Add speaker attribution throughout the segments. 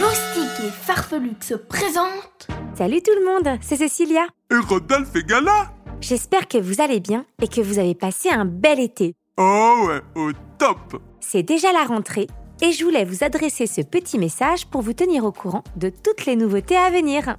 Speaker 1: Loustique et Farfelux se présentent.
Speaker 2: Salut tout le monde, c'est Cécilia.
Speaker 3: Et Rodolphe et Gala
Speaker 2: J'espère que vous allez bien et que vous avez passé un bel été.
Speaker 3: Oh ouais, au top
Speaker 2: C'est déjà la rentrée et je voulais vous adresser ce petit message pour vous tenir au courant de toutes les nouveautés à venir.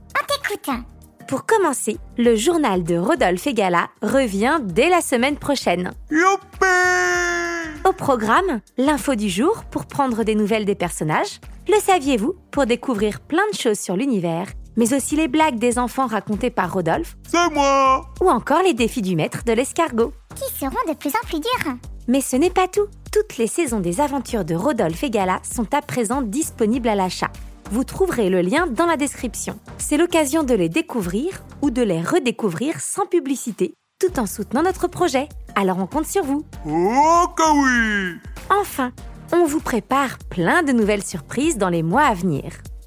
Speaker 1: Écoute,
Speaker 2: Pour commencer, le journal de Rodolphe et Gala revient dès la semaine prochaine.
Speaker 3: Youpi
Speaker 2: Au programme, l'info du jour pour prendre des nouvelles des personnages, le saviez-vous pour découvrir plein de choses sur l'univers, mais aussi les blagues des enfants racontées par Rodolphe
Speaker 3: C'est moi
Speaker 2: ou encore les défis du maître de l'escargot.
Speaker 1: qui seront de plus en plus durs.
Speaker 2: Mais ce n'est pas tout. Toutes les saisons des aventures de Rodolphe et Gala sont à présent disponibles à l'achat. Vous trouverez le lien dans la description. C'est l'occasion de les découvrir ou de les redécouvrir sans publicité, tout en soutenant notre projet. Alors on compte sur vous.
Speaker 3: Oh que oui
Speaker 2: Enfin, on vous prépare plein de nouvelles surprises dans les mois à venir.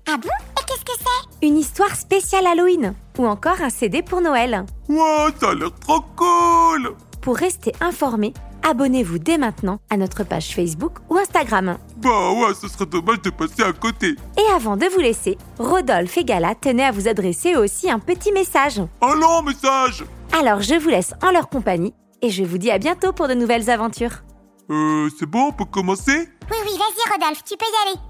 Speaker 1: Ah bon Et qu'est-ce que c'est
Speaker 2: Une histoire spéciale Halloween ou encore un CD pour Noël.
Speaker 3: Wow, ça a l'air trop cool
Speaker 2: Pour rester informé, abonnez-vous dès maintenant à notre page Facebook ou Instagram.
Speaker 3: Bah ouais, ce serait dommage de passer à côté.
Speaker 2: Et avant de vous laisser, Rodolphe et Gala tenaient à vous adresser aussi un petit message.
Speaker 3: Un long message
Speaker 2: Alors je vous laisse en leur compagnie et je vous dis à bientôt pour de nouvelles aventures.
Speaker 3: Euh, c'est bon, on peut commencer
Speaker 1: Oui, oui, vas-y Rodolphe, tu peux y aller.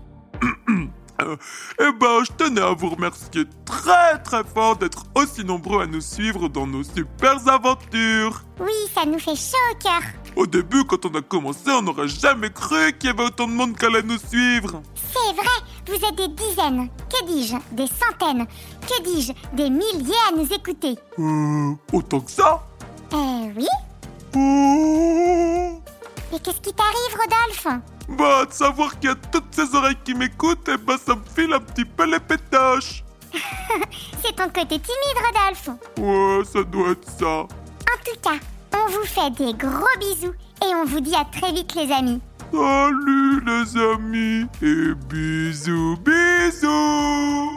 Speaker 3: Euh, eh ben, je tenais à vous remercier très très fort d'être aussi nombreux à nous suivre dans nos super aventures.
Speaker 1: Oui, ça nous fait chaud au cœur.
Speaker 3: Au début, quand on a commencé, on n'aurait jamais cru qu'il y avait autant de monde qui allait nous suivre.
Speaker 1: C'est vrai, vous êtes des dizaines, que dis-je, des centaines, que dis-je, des milliers à nous écouter.
Speaker 3: Euh, autant que ça
Speaker 1: Euh, oui
Speaker 3: Oh.
Speaker 1: Mais qu'est-ce qui t'arrive, Rodolphe
Speaker 3: Bah, de savoir qu'il y a toutes ces oreilles qui m'écoutent, eh ben, ça me file un petit peu les pétaches.
Speaker 1: C'est ton côté timide, Rodolphe.
Speaker 3: Ouais, ça doit être ça.
Speaker 1: En tout cas, on vous fait des gros bisous et on vous dit à très vite, les amis.
Speaker 3: Salut les amis et bisous bisous